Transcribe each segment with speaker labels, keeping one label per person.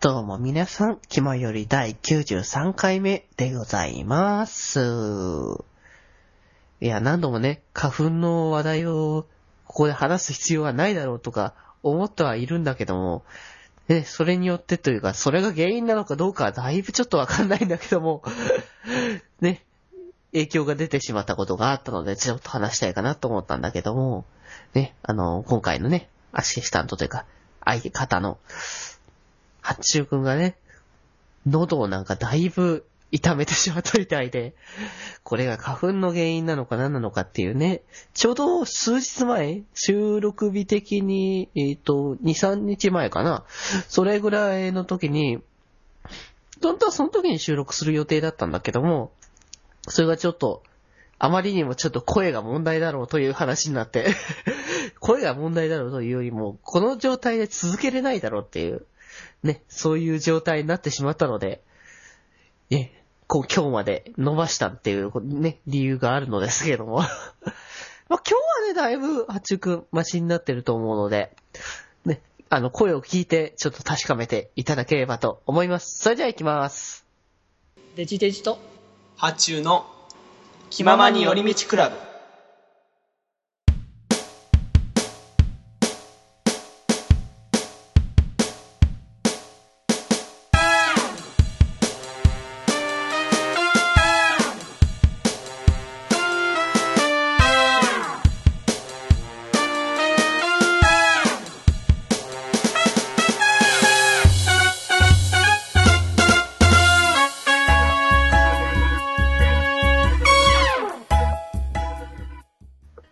Speaker 1: どうも皆さん、キモより第93回目でございます。いや、何度もね、花粉の話題をここで話す必要はないだろうとか思ってはいるんだけども、ね、それによってというか、それが原因なのかどうかはだいぶちょっとわかんないんだけども、 ね、影響が出てしまったことがあったので、ちょっと話したいかなと思ったんだけども、ね、あの、今回のね、アシスタントというか、相方の、八中くんがね、喉をなんかだいぶ痛めてしまったみたいで、これが花粉の原因なのか何なのかっていうね、ちょうど数日前、収録日的に、えっ、と、2、3日前かな、それぐらいの時に、本当はその時に収録する予定だったんだけども、それがちょっと、あまりにもちょっと声が問題だろうという話になって、 声が問題だろうというよりも、この状態で続けれないだろうっていう、ね、そういう状態になってしまったので、ね、こう今日まで伸ばしたっていう、ね、理由があるのですけれども。まあ 今日はね、だいぶ、八中くん、マシになってると思うので、ね、あの、声を聞いて、ちょっと確かめていただければと思います。それでは行きます。
Speaker 2: デジデジと
Speaker 3: 発注の気ままに寄り道クラブ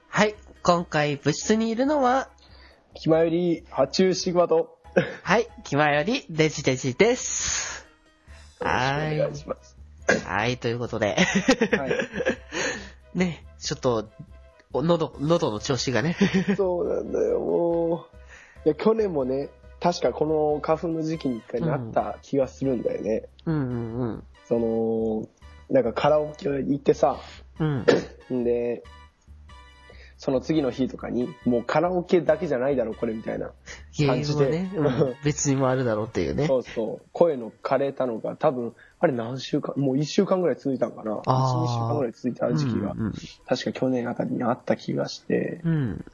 Speaker 1: はい。今回、部室にいるのは、
Speaker 4: 気まより、波中シグマと、
Speaker 1: はい。気前より、デジデジです。は
Speaker 4: お願い
Speaker 1: い。
Speaker 4: します。
Speaker 1: はい。ということで、
Speaker 4: はい。
Speaker 1: ね、ちょっと、お喉、喉の調子が ね、
Speaker 4: そうなんだ よ、もう。いや、去年もね、確かこの花粉の時期に一回なった気がするんだよね。
Speaker 1: うんうんうん。
Speaker 4: その、なんかカラオケ行ってさ、
Speaker 1: うん。
Speaker 4: んで、その次の日とかに、もうカラオケだけじゃないだろ、これみたいな。
Speaker 1: 原因もね、う
Speaker 4: 感じで
Speaker 1: ん、別にもあるだろうっていうね。
Speaker 4: そうそう。声の枯れたのが多分、あれ何週間、もう1週間ぐらい続いたんかな。1、
Speaker 1: あー
Speaker 4: 2週間ぐらい続いた時期が
Speaker 1: う、ん
Speaker 4: 確か去年あたりにあった気がして。
Speaker 1: うん、うん。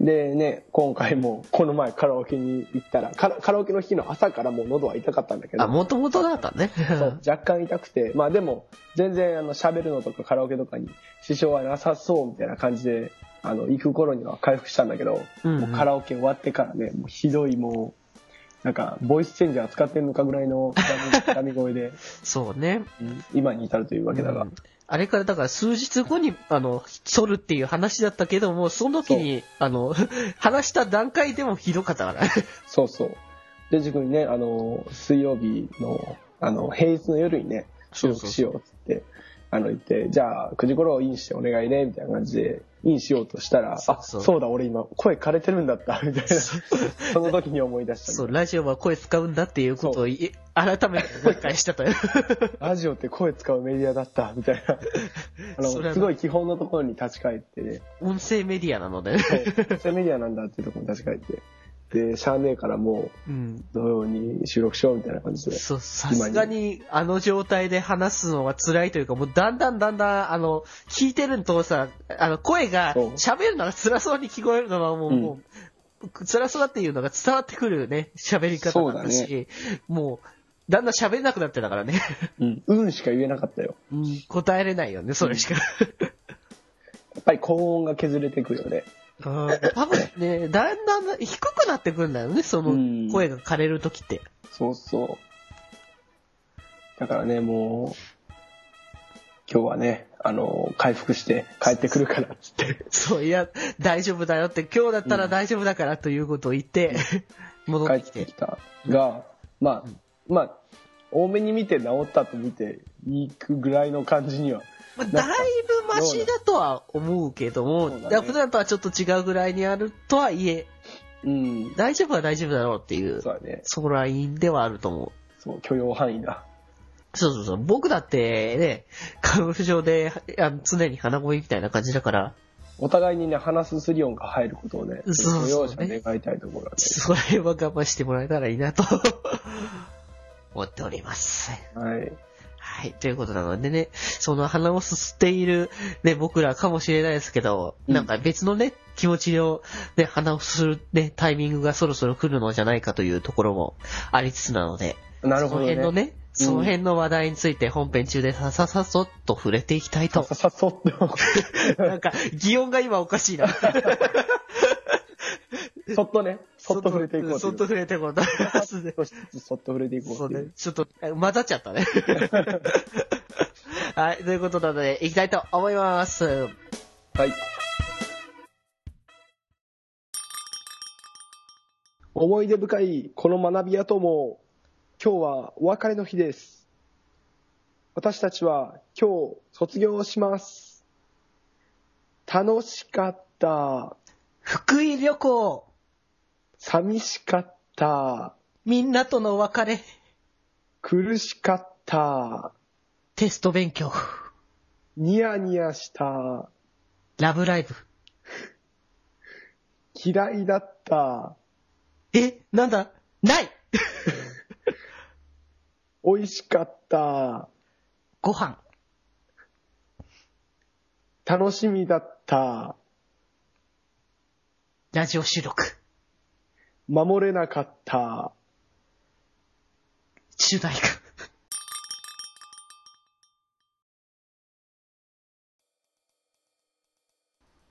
Speaker 4: でね、今回もこの前カラオケに行ったら、カラカラオケの日の朝からもう喉は痛かったんだけど、
Speaker 1: あ、もともとだったね。
Speaker 4: そう若干痛くて、まあでも全然あの喋るのとかカラオケとかに支障はなさそうみたいな感じで、あの行く頃には回復したんだけど、
Speaker 1: うんうん
Speaker 4: もうカラオケ終わってからね、もうひどいもう、なんかボイスチェンジャー使ってんのかぐらいのダミダミ声で、
Speaker 1: そうね。
Speaker 4: うん今に至るというわけだ
Speaker 1: う
Speaker 4: が、
Speaker 1: んあれからだから数日後に、あの、剃るっていう話だったけども、その時に、あの、 話した段階でもひどかったから。
Speaker 4: そうそう。で、自分にね、あの、水曜日の、あの、平日の夜にね、収録しようっつって、あの、言って、じゃあ、9時頃インしてお願いね、みたいな感じで、インしようとしたら、
Speaker 1: そうそう
Speaker 4: あ、そうだ、俺今、声枯れてるんだった、みたいな、その時に思い出した
Speaker 1: そ
Speaker 4: ん
Speaker 1: う、
Speaker 4: だ。
Speaker 1: ラジオは声使うんだっていうことをい改めて思い返したという。
Speaker 4: ラジオって声使うメディアだった、みたいな。あ
Speaker 1: それは
Speaker 4: の、すごい基本のところに立ち返ってね、
Speaker 1: 音声メディアなので。
Speaker 4: そう、そういうメディアなんだっていうところに立ち返って、で、シャーネーからも
Speaker 1: うん。
Speaker 4: う、土曜に収録しよう、みたいな感じで。
Speaker 1: そう、さすがに、あの状態で話すのは辛いというか、もうだんだんだんだん、あの、聞いてるとさ、あの、声が、
Speaker 4: そう
Speaker 1: 喋るのが辛そうに聞こえるのはもう、
Speaker 4: うん
Speaker 1: もう、辛そうだっていうのが伝わってくるね、喋り方だった
Speaker 4: そ
Speaker 1: し、
Speaker 4: う
Speaker 1: もう、だんだん喋れなくなってたからね、
Speaker 4: うん、うんしか言えなかったよ。
Speaker 1: うん答えれないよね、それしか。
Speaker 4: やっぱり高音が削れてくよね。
Speaker 1: うん多分ね、だんだん低くなってくるんだよね、そ
Speaker 4: うん
Speaker 1: の、声が枯れる時って。
Speaker 4: そうそう。だからね、もう、今日はね、あの、回復して帰ってくるからっつって。
Speaker 1: そう、いや、大丈夫だよって、今日だったら大丈夫だからということを言って、戻
Speaker 4: 帰
Speaker 1: って
Speaker 4: っ
Speaker 1: き
Speaker 4: て
Speaker 1: て
Speaker 4: き。た。が、まあ、まあ、多めに見て治ったと見ていくぐらいの感じには。
Speaker 1: まあ、だいぶマシだとは思うけども、
Speaker 4: そうだね
Speaker 1: いや普段とはちょっと違うぐらいにあるとはいえ、
Speaker 4: うん。
Speaker 1: 大丈夫は大丈夫だろうっていう、
Speaker 4: そうだね。
Speaker 1: そこら辺ではあると思う。
Speaker 4: そう、許容範囲だ。
Speaker 1: そうそうそう。僕だってね、花粉症であ常に鼻声みたいな感じだから、
Speaker 4: お互いにね、話すすり音が入ることをね、
Speaker 1: そうそうね
Speaker 4: 容赦願いたいところだね。
Speaker 1: それは我慢してもらえたらいいなと、思っております。
Speaker 4: はい。
Speaker 1: はい。ということなのでね、その鼻をすすっている、ね、僕らかもしれないですけど、
Speaker 4: うん
Speaker 1: なんか別のね、気持ちの、ね、鼻をすする、ね、タイミングがそろそろ来るのじゃないかというところもありつつなので、
Speaker 4: なるほ
Speaker 1: そ
Speaker 4: ど
Speaker 1: の辺の
Speaker 4: ね。
Speaker 1: ね、その辺の話題について本編中でさささそっと触れていきたいと
Speaker 4: さ。さそっ と、
Speaker 1: なんか、擬音が今おかしいな。
Speaker 4: そっとね、 そっと触れていこうという
Speaker 1: そっと触れていこうと思いますね
Speaker 4: 少しずつそっと触れていこう
Speaker 1: そう
Speaker 4: って
Speaker 1: ね
Speaker 4: いう。。
Speaker 1: ちょっと、え混ざっちゃった ね。はい。ということなので、行きたいと思います。
Speaker 4: はい。思い出深いこの学び屋とも、今日はお別れの日です。私たちは今日卒業します。楽しかった。
Speaker 1: 福井旅行、
Speaker 4: 寂しかった。
Speaker 1: みんなとのお別れ、
Speaker 4: 苦しかった。
Speaker 1: テスト勉強、
Speaker 4: ニヤニヤした。
Speaker 1: ラブライブ。
Speaker 4: 嫌いだった。
Speaker 1: え、なんだない
Speaker 4: 美味しかった。
Speaker 1: ご飯、
Speaker 4: 楽しみだった。
Speaker 1: ラジオ収録、
Speaker 4: 守れなかった。。
Speaker 1: 主題歌。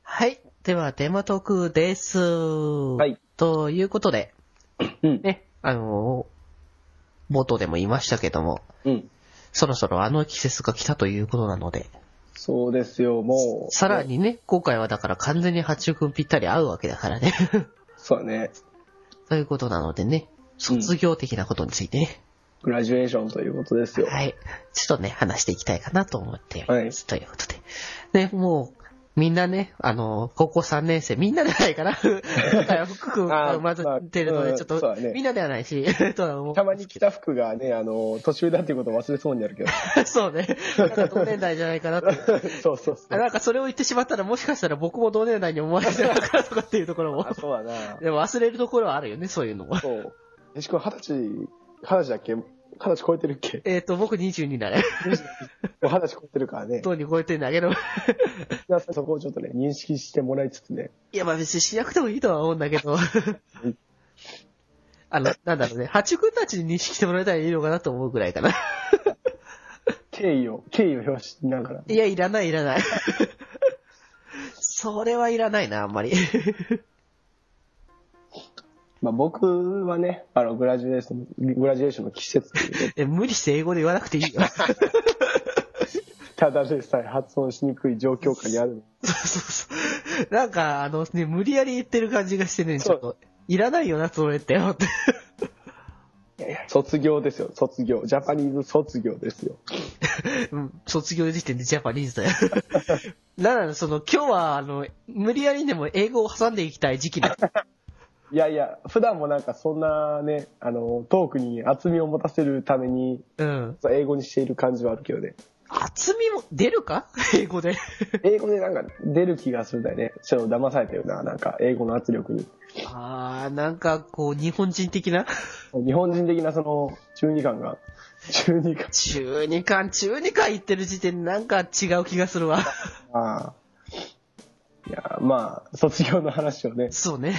Speaker 1: はい。では、テーマトークです。はいということで、
Speaker 4: うん。
Speaker 1: ね、あのー冒頭でも言いましたけども、
Speaker 4: うん。
Speaker 1: そろそろあの季節が来たということなので、
Speaker 4: そうですよ、もう。
Speaker 1: さら。にね、今回はだから完全に八中くんぴったり合うわけだからね。
Speaker 4: そうだね。
Speaker 1: ということなのでね、卒業的なことについてね、
Speaker 4: グラジュエーションということですよ。
Speaker 1: はい、ちょっとね、話していきたいかなと思っております。ということで。ね、もう、みんなね、あのー、高校3年生、みんなではないかな。だから福君が混ざってるの
Speaker 4: まあう
Speaker 1: で、
Speaker 4: ん
Speaker 1: ちょっ
Speaker 4: そう
Speaker 1: と
Speaker 4: だね、
Speaker 1: みんなではないし、 とは思う
Speaker 4: たまに着た服がね、あの、途中だっていうことを忘れそうになる けど。
Speaker 1: そうね。なんか同年代じゃないかなと。
Speaker 4: そうそうそ
Speaker 1: あ
Speaker 4: う。
Speaker 1: なんかそれを言ってしまったらもしかしたら僕も同年代に思われてるのかなとかっていうところも
Speaker 4: あ、。そうだ
Speaker 1: でも忘れるところはあるよね、そういうの
Speaker 4: な。
Speaker 1: は。
Speaker 4: そう。えし君二十歳、二十歳だっけ二十歳超えてるっけ
Speaker 1: えっ、と、僕22だね。
Speaker 4: もう二十歳超えてるからね。
Speaker 1: とうに超えてんだけ ど。い
Speaker 4: 皆さんそこをちょっとね、認識してもらいつつね。
Speaker 1: や、まあ別にしなくてもいいとは思うんだけど。あの、なんだろうね。八君たちに認識してもらえたらいいのかなと思うぐらいかな。
Speaker 4: 敬意を、敬意を表しながら。
Speaker 1: いや、いらない、いらない。 それはいらないな、あんまり。
Speaker 4: まあ僕はね、あの、グラジュエーション、グラジュエーションの季節っていうね
Speaker 1: え無理して英語で言わなくていい よ。
Speaker 4: ただでさえ発音しにくい状況下にあるの。
Speaker 1: そうそうそう。なんか、あのね、無理やり言ってる感じがしてね、ちょっと、いらないよな、それって思って。
Speaker 4: 卒業ですよ、卒業。ジャパニーズ卒業ですよ。
Speaker 1: うん卒業時点でジャパニーズだよ。 なら、その、今日は、あの、無理やりでも英語を挟んでいきたい時 期だ。
Speaker 4: いやいや、普段もなんかそんなね、あの、トークに厚みを持たせるために、
Speaker 1: うん。
Speaker 4: 英語にしている感じはあるけどね。
Speaker 1: 厚みも出るか英語で。
Speaker 4: 英語でなんか出る気がするんだよね。ちょっと騙されたよな、なんか英語の圧力に。
Speaker 1: あー、なんか、こう、日本人的な。
Speaker 4: 日本人的なその、中二感が、中二感
Speaker 1: 中二感、中二感言ってる時点でなんか違う気がする わ。
Speaker 4: が、いや、まあ、卒業の話をね、
Speaker 1: そうね。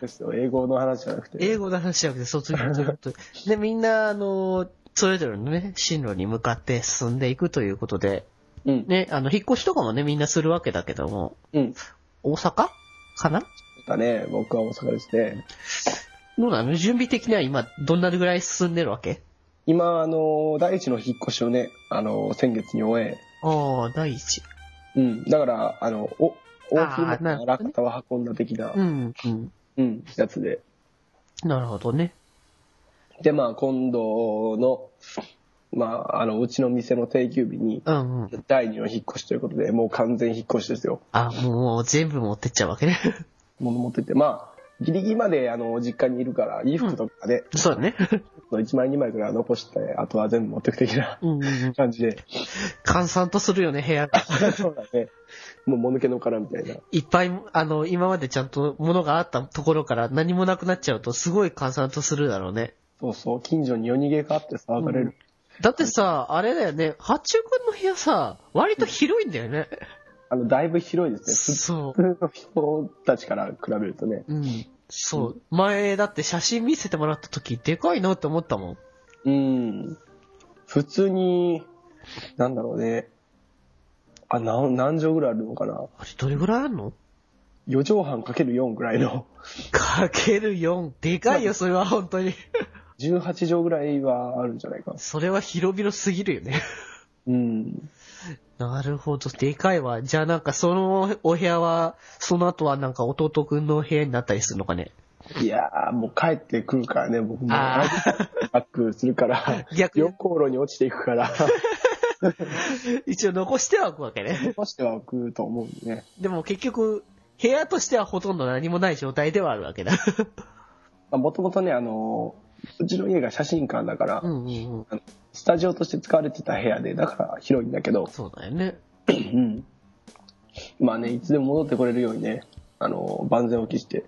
Speaker 4: ですよ。英語の話じゃなくて。
Speaker 1: 英語の話じゃなくて卒業という ことで。で、みんな、あの、それぞれのね、進路に向かって進んでいくということで、
Speaker 4: うん。
Speaker 1: ね、あの、引っ越しとかもね、みんなするわけだけども、
Speaker 4: うん。
Speaker 1: 大阪かな
Speaker 4: だね、僕は大阪ですね。
Speaker 1: どうなの準備的には今、どんなぐらい進んでるわけ
Speaker 4: 今、あの、第一の引っ越しをね、あの、先月に終え、
Speaker 1: ああ、第一。
Speaker 4: うん。だから、あの、お、大きいも
Speaker 1: あーなるほどね
Speaker 4: のが落下を運んだ的な、
Speaker 1: うん、うん。
Speaker 4: うん、やつで。
Speaker 1: なるほどね。
Speaker 4: で、まあ、今度の、まあ、あの、うちの店の定休日に、
Speaker 1: うん、うん。
Speaker 4: 第二の引っ越しということで、もう完全引っ越しですよ。
Speaker 1: あもう全部持ってっちゃうわけね。
Speaker 4: 物持ってて、まあ、ギリギリまで、あの、実家にいるから、衣服とかで、
Speaker 1: そうだね。
Speaker 4: 1枚2枚ぐらいは残して、あとは全部持ってく的な
Speaker 1: うんうんうん。
Speaker 4: 感じで、
Speaker 1: 閑散とするよね、部屋が。
Speaker 4: そうだね。もう、もぬけの殻みたいな。
Speaker 1: いっぱい、あの、今までちゃんと物があったところから何もなくなっちゃうと、すごい閑散とするだろうね。
Speaker 4: そうそう、近所に夜逃げがあって騒がれる。
Speaker 1: だってさ、あれだよね、八中くんの部屋さ、割と広いんだよね。
Speaker 4: あの、だいぶ広いですね。
Speaker 1: そ
Speaker 4: 普通の人たちから比べるとね。
Speaker 1: う。うん。そう。前、だって写真見せてもらった時、でかいなって思ったもん。
Speaker 4: うん。普通に、なんだろうね。あ、何、何畳ぐらいあるのかな
Speaker 1: あれ、どれぐらいあんの
Speaker 4: ?4 畳半かける4ぐらいの、
Speaker 1: かける4。でかいよ、それは本当に。
Speaker 4: 18畳ぐらいはあるんじゃないかな。
Speaker 1: それは広々すぎるよ ね。
Speaker 4: うん。
Speaker 1: なるほど、でかいわ。じゃあなんかそのお部屋は、その後はなんか弟くんの部屋になったりするのかね。
Speaker 4: いやー、もう帰ってくるからね、僕も。
Speaker 1: あ
Speaker 4: バックするから、
Speaker 1: 逆に
Speaker 4: 旅行路に落ちていく から、
Speaker 1: 一応残してはおくわけね。
Speaker 4: 残してはおくと思うんでね。
Speaker 1: でも結局、部屋としてはほとんど何もない状態ではあるわけだ。
Speaker 4: もともとね、あのー、うちの家が写真館だから、
Speaker 1: うんうんうん。
Speaker 4: スタジオとして使われてた部屋で、だから広いんだけど、
Speaker 1: そうだよね。
Speaker 4: うんまあね、いつでも戻ってこれるようにね、あのー、万全を期して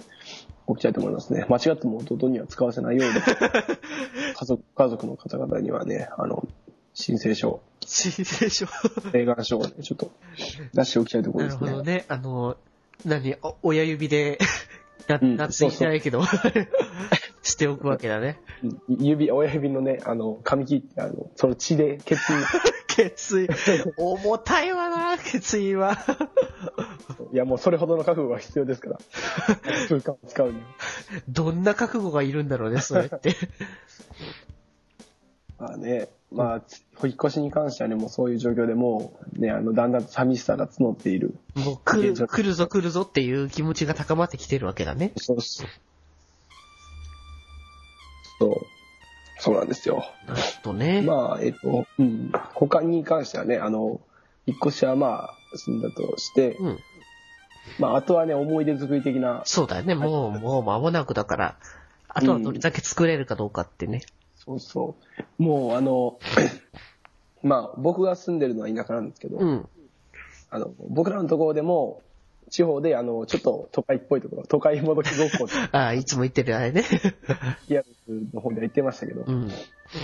Speaker 4: おきたいと思いますね。間違っても弟には使わせない ように、家族、家族の方々にはね、あの、申請書、
Speaker 1: 申請書。
Speaker 4: 請願書をね、ちょっと出しておきたいところ
Speaker 1: な
Speaker 4: で
Speaker 1: る
Speaker 4: す
Speaker 1: ほど
Speaker 4: ね。
Speaker 1: ね。あの、何、お親指で、 な、
Speaker 4: うん
Speaker 1: なついてないけど、 しておくわけだ ね。
Speaker 4: うん指、親指のね、あの、髪切って、あの、その血で血 液、
Speaker 1: 決意。重たいわな、決意は。
Speaker 4: いやもうそれほどの覚悟が必要 ですから、空間を使うには。
Speaker 1: どんな覚悟がいるんだろうね、それ って。
Speaker 4: まあね、まあ、つ引っ越しに関してはね、もうそういう状況でもう、ね、あの、だんだん寂しさが募っている。
Speaker 1: もう来
Speaker 4: 現状
Speaker 1: る、来るぞ来るぞっていう気持ちが高まってきてるわけだね。
Speaker 4: そうそう。そう。そうなんですよ。
Speaker 1: なるほどね。
Speaker 4: まあ、えっと、うん。他に関してはね、あの、引っ越しはまあ、済んだとして、
Speaker 1: うん。
Speaker 4: まあ、あとはね、思い出作り的な、
Speaker 1: そうだよね。もう、もう間もなくだから、あとはどれだけ作れるかどうかってね。
Speaker 4: そうそう。もう、あの、 まあ、僕が住んでるのは田舎なんですけど、
Speaker 1: うん。
Speaker 4: あの、僕らのところでも、地方で、あの、ちょっと都会っぽいところ、都会もどきごっこって
Speaker 1: ああ、いつも言ってるあれね。
Speaker 4: リアルの方では言ってましたけど
Speaker 1: う、ん。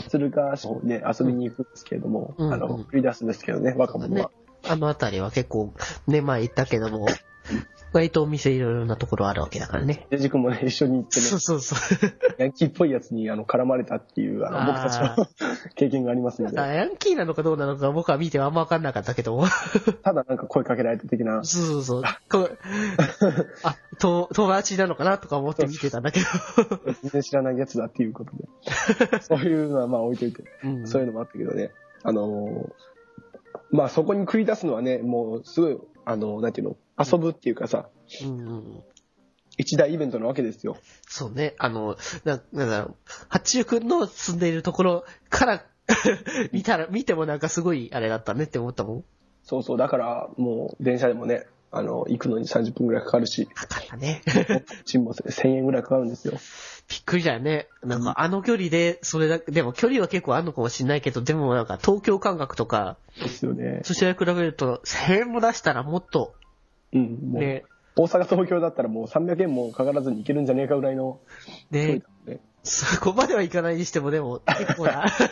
Speaker 4: 鶴ヶ島ね、遊びに行くんですけれども、
Speaker 1: うん
Speaker 4: あ
Speaker 1: うん
Speaker 4: の、繰り出すんですけどね、若者
Speaker 1: ね
Speaker 4: は。。
Speaker 1: あのあたりは結構、ね、前言ったけども、割とお店いろいろなところあるわけだからね。
Speaker 4: デジ君もね、一緒に行ってね
Speaker 1: そう、そうそう。
Speaker 4: ヤンキーっぽいやつにあの絡まれたっていう、あの、僕たちの経験がありますの
Speaker 1: あ
Speaker 4: で、
Speaker 1: ヤンキーなのかどうなのか僕は見てあんまわかんなかったけど も。
Speaker 4: ただなんか声かけられた的な、
Speaker 1: そうそうそう。こうあ、と、友達なのかなとか思って見てたんだけど。
Speaker 4: 全然知らないやつだっていうことで、そういうのはまあ置いといて、
Speaker 1: うん
Speaker 4: そういうのもあったけどね、あのー、まあそこに繰り出すのはね、もうすごい、あの、なんていうの、遊ぶっていうかさ、
Speaker 1: うん
Speaker 4: 一大イベントなわけですよ。
Speaker 1: そうね、あの、な、なんだろう、八中くんの住んでいるところから 見たら、見てもなんかすごいあれだったねって思ったもん。
Speaker 4: そうそう、だからもう電車でもね、あの、行くのに30分ぐらいかかる し、
Speaker 1: かかったね。
Speaker 4: チンも1000円ぐらいかかるんですよ。
Speaker 1: びっくりだよね。なんかあの距離で、それだけ、でも距離は結構あんのかもしれないけど、でもなんか東京感覚とか、
Speaker 4: ですよね。
Speaker 1: そちらに比べると、1000円も出したらもっと、
Speaker 4: うん、もう、
Speaker 1: ね、
Speaker 4: 大阪、東京だったらもう300円もかからずに行けるんじゃねえかぐらいの距離
Speaker 1: ね
Speaker 4: だ、もんね。
Speaker 1: そこまではいかないにしても、でも、結構な、
Speaker 4: そう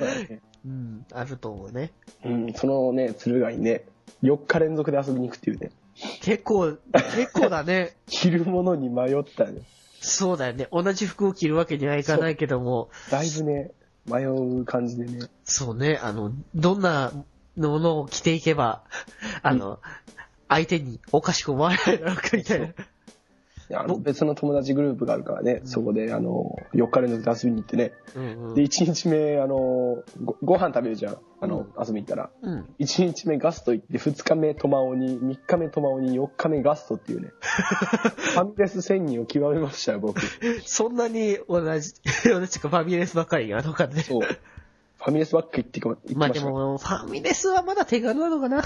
Speaker 4: だね
Speaker 1: うん、あると思うね。
Speaker 4: うん、そのね、鶴ヶにね、4日連続で遊びに行くっていうね、
Speaker 1: 結構、結構だね。
Speaker 4: 着るものに迷ったね。
Speaker 1: そうだよね。同じ服を着るわけにはいかないけども、
Speaker 4: だいぶね、迷う感じでね。
Speaker 1: そうね、あの、どんなものを着ていけば、あの、相手におかしく思われないだろうかみたいな。
Speaker 4: あの別の友達グループがあるからね、そこで、あの、4日連続で遊びに行ってね。
Speaker 1: うんう
Speaker 4: で、
Speaker 1: ん。
Speaker 4: 1日目、あの、ごご飯食べるじゃん。あの、遊びに行ったら。
Speaker 1: うん、
Speaker 4: 1日目ガスト行って、2日目トマオに、3日目トマオに、4日目ガストってい うね。ファミレス1000人を極めましたよ、僕。
Speaker 1: そんなに同じ、 同じかファミレスばっかりやのかね。
Speaker 4: そう。ファミレスばっか行ってきま行って
Speaker 1: まあ
Speaker 4: ま
Speaker 1: で
Speaker 4: した。
Speaker 1: も、ファミレスはまだ手軽なのかな。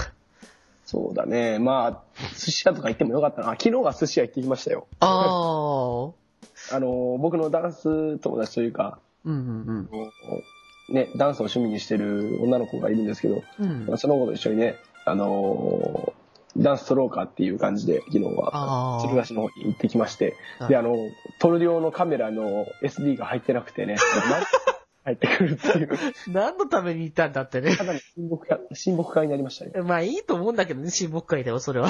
Speaker 4: そうだね。まあ、寿司屋とか行ってもよかったな。あ昨日は寿司屋行ってきましたよ。
Speaker 1: ああ。
Speaker 4: あの、僕のダンス友達というか、
Speaker 1: うんうん
Speaker 4: ね、ダンスを趣味にしてる女の子がいるんですけど、
Speaker 1: うん。うん。
Speaker 4: その子と一緒にね、あのーダンス取ろうかっていう感じで、昨日
Speaker 1: あ
Speaker 4: は、
Speaker 1: ー
Speaker 4: 鶴橋の方に行ってきまして
Speaker 1: は、い
Speaker 4: で、あの、撮る用のカメラの SD が入ってなく てね、入ってくるっていう、
Speaker 1: 何のためにいたんだってね。
Speaker 4: かなり親睦会親睦会になりましたね。
Speaker 1: まあいいと思うんだけどね、親睦会でもそれは。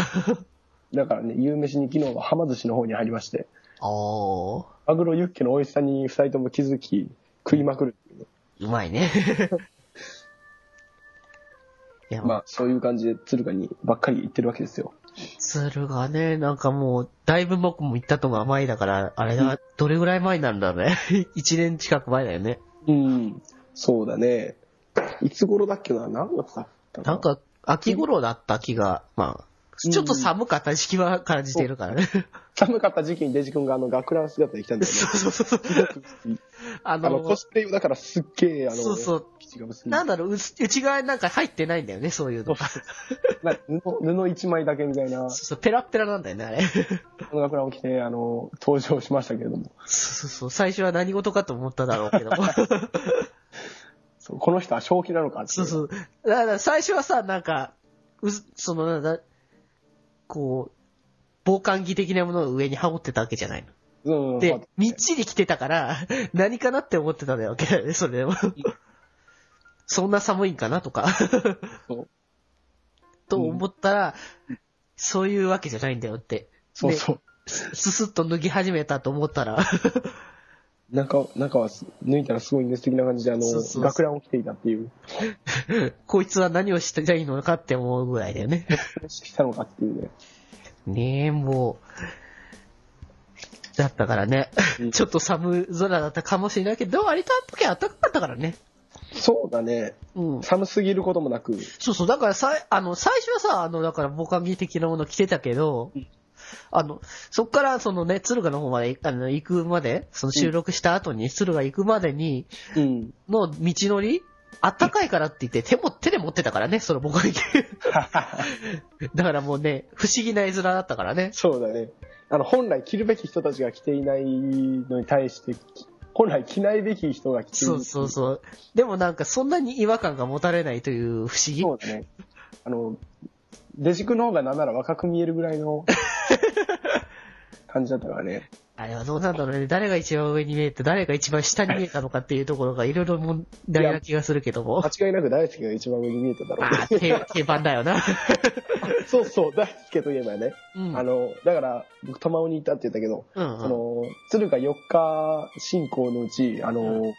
Speaker 4: だからね、夕飯に昨日ははま寿司の方に入りまして、
Speaker 1: ああ。
Speaker 4: マグロユッケの美味しさに二人とも気づき、食いまくる。
Speaker 1: うまいね。 いや、
Speaker 4: ま
Speaker 1: まあ、
Speaker 4: あ、そういう感じで鶴ヶにばっかり行ってるわけですよ。
Speaker 1: 鶴がね、なんかもう、だいぶ僕も行ったとが前だから、あれが、どれぐらい前になるんだろうね。 一年近く前だよね。
Speaker 4: うん、そうだね。いつ頃だっけな何月だったか
Speaker 1: なんか、秋頃だった気が、まあ、ちょっと寒かった時期は感じてるからね。
Speaker 4: 寒かった時期にデジ君があの学ラン姿で来たんだよ
Speaker 1: そ
Speaker 4: ね。
Speaker 1: う そうそうそう。 あ
Speaker 4: あの、
Speaker 1: の
Speaker 4: コ、スプレ用だからすっげえ、あの、
Speaker 1: そうそう。
Speaker 4: 生地が薄い。
Speaker 1: なん
Speaker 4: だ
Speaker 1: だろう、うち内側になんか入ってないんだよね、そういうの。そう
Speaker 4: 布、布一枚だけみたいな、
Speaker 1: そう、ペラッペラなんだよ ね、あれ。
Speaker 4: この学ランを着て、あの、登場しましたけれども、
Speaker 1: そうそうそう、最初は何事かと思っただろうけど も。
Speaker 4: そうこの人は正気なのかってい
Speaker 1: そうそう。だから最初はさ、なんか、うずその、なんだ、こう、防寒着的なものを上に羽織ってたわけじゃないの。
Speaker 4: うん。ま
Speaker 1: で
Speaker 4: あ、
Speaker 1: みっちり着てたから、 何かなって思ってたわけだよね、それでも。そんな寒いんかなとか
Speaker 4: そう。
Speaker 1: と思ったら、そういうわけじゃないんだよって。
Speaker 4: そうそう。
Speaker 1: すすすっと脱ぎ始めたと思ったら、
Speaker 4: 中、中はす抜いたらすごいんです的な感じで、あの、
Speaker 1: そうそうそう
Speaker 4: 学ランを着ていたっていう、
Speaker 1: こいつは何をしてりゃいいのかって思うぐらいだよね。
Speaker 4: してきたのかっていうね。
Speaker 1: ねえ、もう。だったからね
Speaker 4: うん。
Speaker 1: ちょっと寒空だったかもしれないけど、割とあの時は暖かかったからね。
Speaker 4: そうだね。
Speaker 1: うん。
Speaker 4: 寒すぎることもなく、
Speaker 1: そうそう。だからさい、あの、最初はさ、あの、だから防寒着的なもの着てたけど、あの、そっからそのね、敦賀の方まで、あの、行くまで、その収録した後に、敦賀行くまでに、
Speaker 4: うん。
Speaker 1: の道のり、あったかいからって言って、手も、手で持ってたからね、その僕に。 だからもうね、不思議な絵面だったからね。
Speaker 4: そうだね。あの、本来着るべき人たちが着ていないのに対して、き本来着ないべき人が着てい
Speaker 1: そ
Speaker 4: る。
Speaker 1: うそうそう。でもなんかそんなに違和感が持たれないという不思議。
Speaker 4: そうだね。あの、デジクの方がなんなら若く見えるぐらいの感じだったから ね。
Speaker 1: あれはどうなんだろうね。誰が一番上に見えて、誰が一番下に見えたのかっていうところがいろいろ問題な気がするけども。
Speaker 4: 間違いなく大輔が一番上に見えただろ
Speaker 1: ま
Speaker 4: う
Speaker 1: あ、 定定番だよな。
Speaker 4: ね。そうそう、大輔といえばね。
Speaker 1: うん。
Speaker 4: あの、だから、僕、玉尾に行ったって言ったけど、
Speaker 1: うんうん
Speaker 4: その、鶴が4日進行のうち、あの、
Speaker 1: う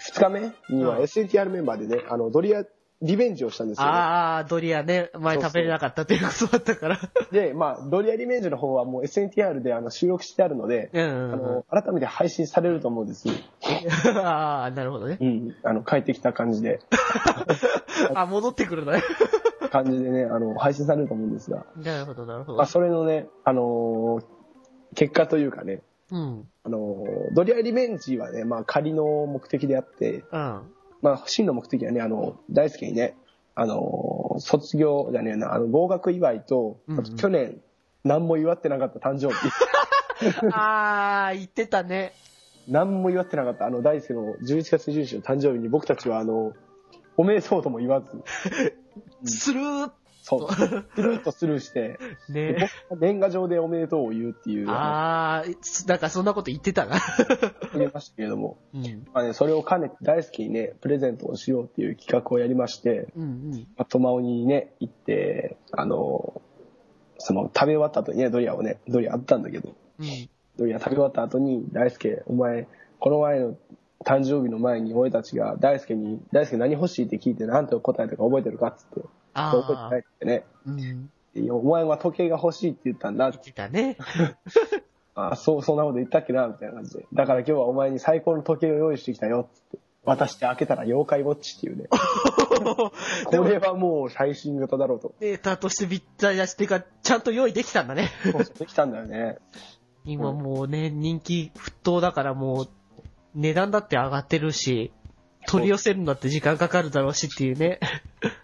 Speaker 4: 2日目には
Speaker 1: うん
Speaker 4: SNTR メンバーでね、あの、ドリア、リベンジをしたんですよ、ね。
Speaker 1: ああ、ドリアね、前食べれなかったということだったから。
Speaker 4: で、まあ、ドリアリベンジの方はもう SNTR であの収録してあるので、
Speaker 1: うん
Speaker 4: あ
Speaker 1: うんうん
Speaker 4: の、改めて配信されると思うんです。
Speaker 1: ああ、なるほどね。
Speaker 4: うん。あの、帰ってきた感じで、
Speaker 1: あ、戻ってくるね。
Speaker 4: 感じでね、あの、配信されると思うんですが、
Speaker 1: なるほど、なるほ
Speaker 4: まあ、
Speaker 1: ど。
Speaker 4: それのね、あのー結果というかね、
Speaker 1: うん。
Speaker 4: あのードリアリベンジはね、まあ、仮の目的であって、
Speaker 1: うん。
Speaker 4: まあ、真の目的はね、あの、大輔にね、あのー卒業じゃねえな、あの、合格祝いと、
Speaker 1: うんうん
Speaker 4: あと去年、何も祝ってなかった誕生日。
Speaker 1: ああ、言ってたね。
Speaker 4: 何も祝ってなかった、あの、大輔の11月20日の誕生日に僕たちは、あの、おめでとうとも言わず、
Speaker 1: スルーっ
Speaker 4: そう、スルーとスルーして、
Speaker 1: と
Speaker 4: で
Speaker 1: ね。
Speaker 4: 僕 が年賀状でおめでとうを言うっていう、あ
Speaker 1: ああ、なんかそんなこと言ってたな。
Speaker 4: の決めましたけれども、
Speaker 1: うん。
Speaker 4: まあね、それを兼ねて大輔にね、プレゼントをしようっていう企画をやりまして、
Speaker 1: うんうん。
Speaker 4: まあ、トマオにね、行って、あの、その、食べ終わった後にね、ドリアをね、ドリアあったんだけど、
Speaker 1: うん。
Speaker 4: ドリア食べ終わった後に、大輔、お前、この前の誕生日の前に俺たちが大輔に、大輔何欲しいって聞いて何と答えたか覚えてるかっつって、
Speaker 1: あ
Speaker 4: 覚えて
Speaker 1: あ
Speaker 4: ないっ。てね。
Speaker 1: うん。
Speaker 4: いやお前は時計が欲しいって言ったんだって
Speaker 1: 言っ。てたね。
Speaker 4: あ、そう、そんなこと言ったっけなみたいな感じで。だから今日はお前に最高の時計を用意してきたよ、つって。渡して開けたら妖怪ウォッチっていうね。こ
Speaker 1: でも
Speaker 4: れはもう最新型だろ うと。
Speaker 1: データとしてびったり出してか、ちゃんと用意できたんだね。
Speaker 4: そうそうできたんだよね。
Speaker 1: 今もうね、人気沸騰だからもう、値段だって上がってるし、取り寄せるのだって時間かかるだろうしっていうね。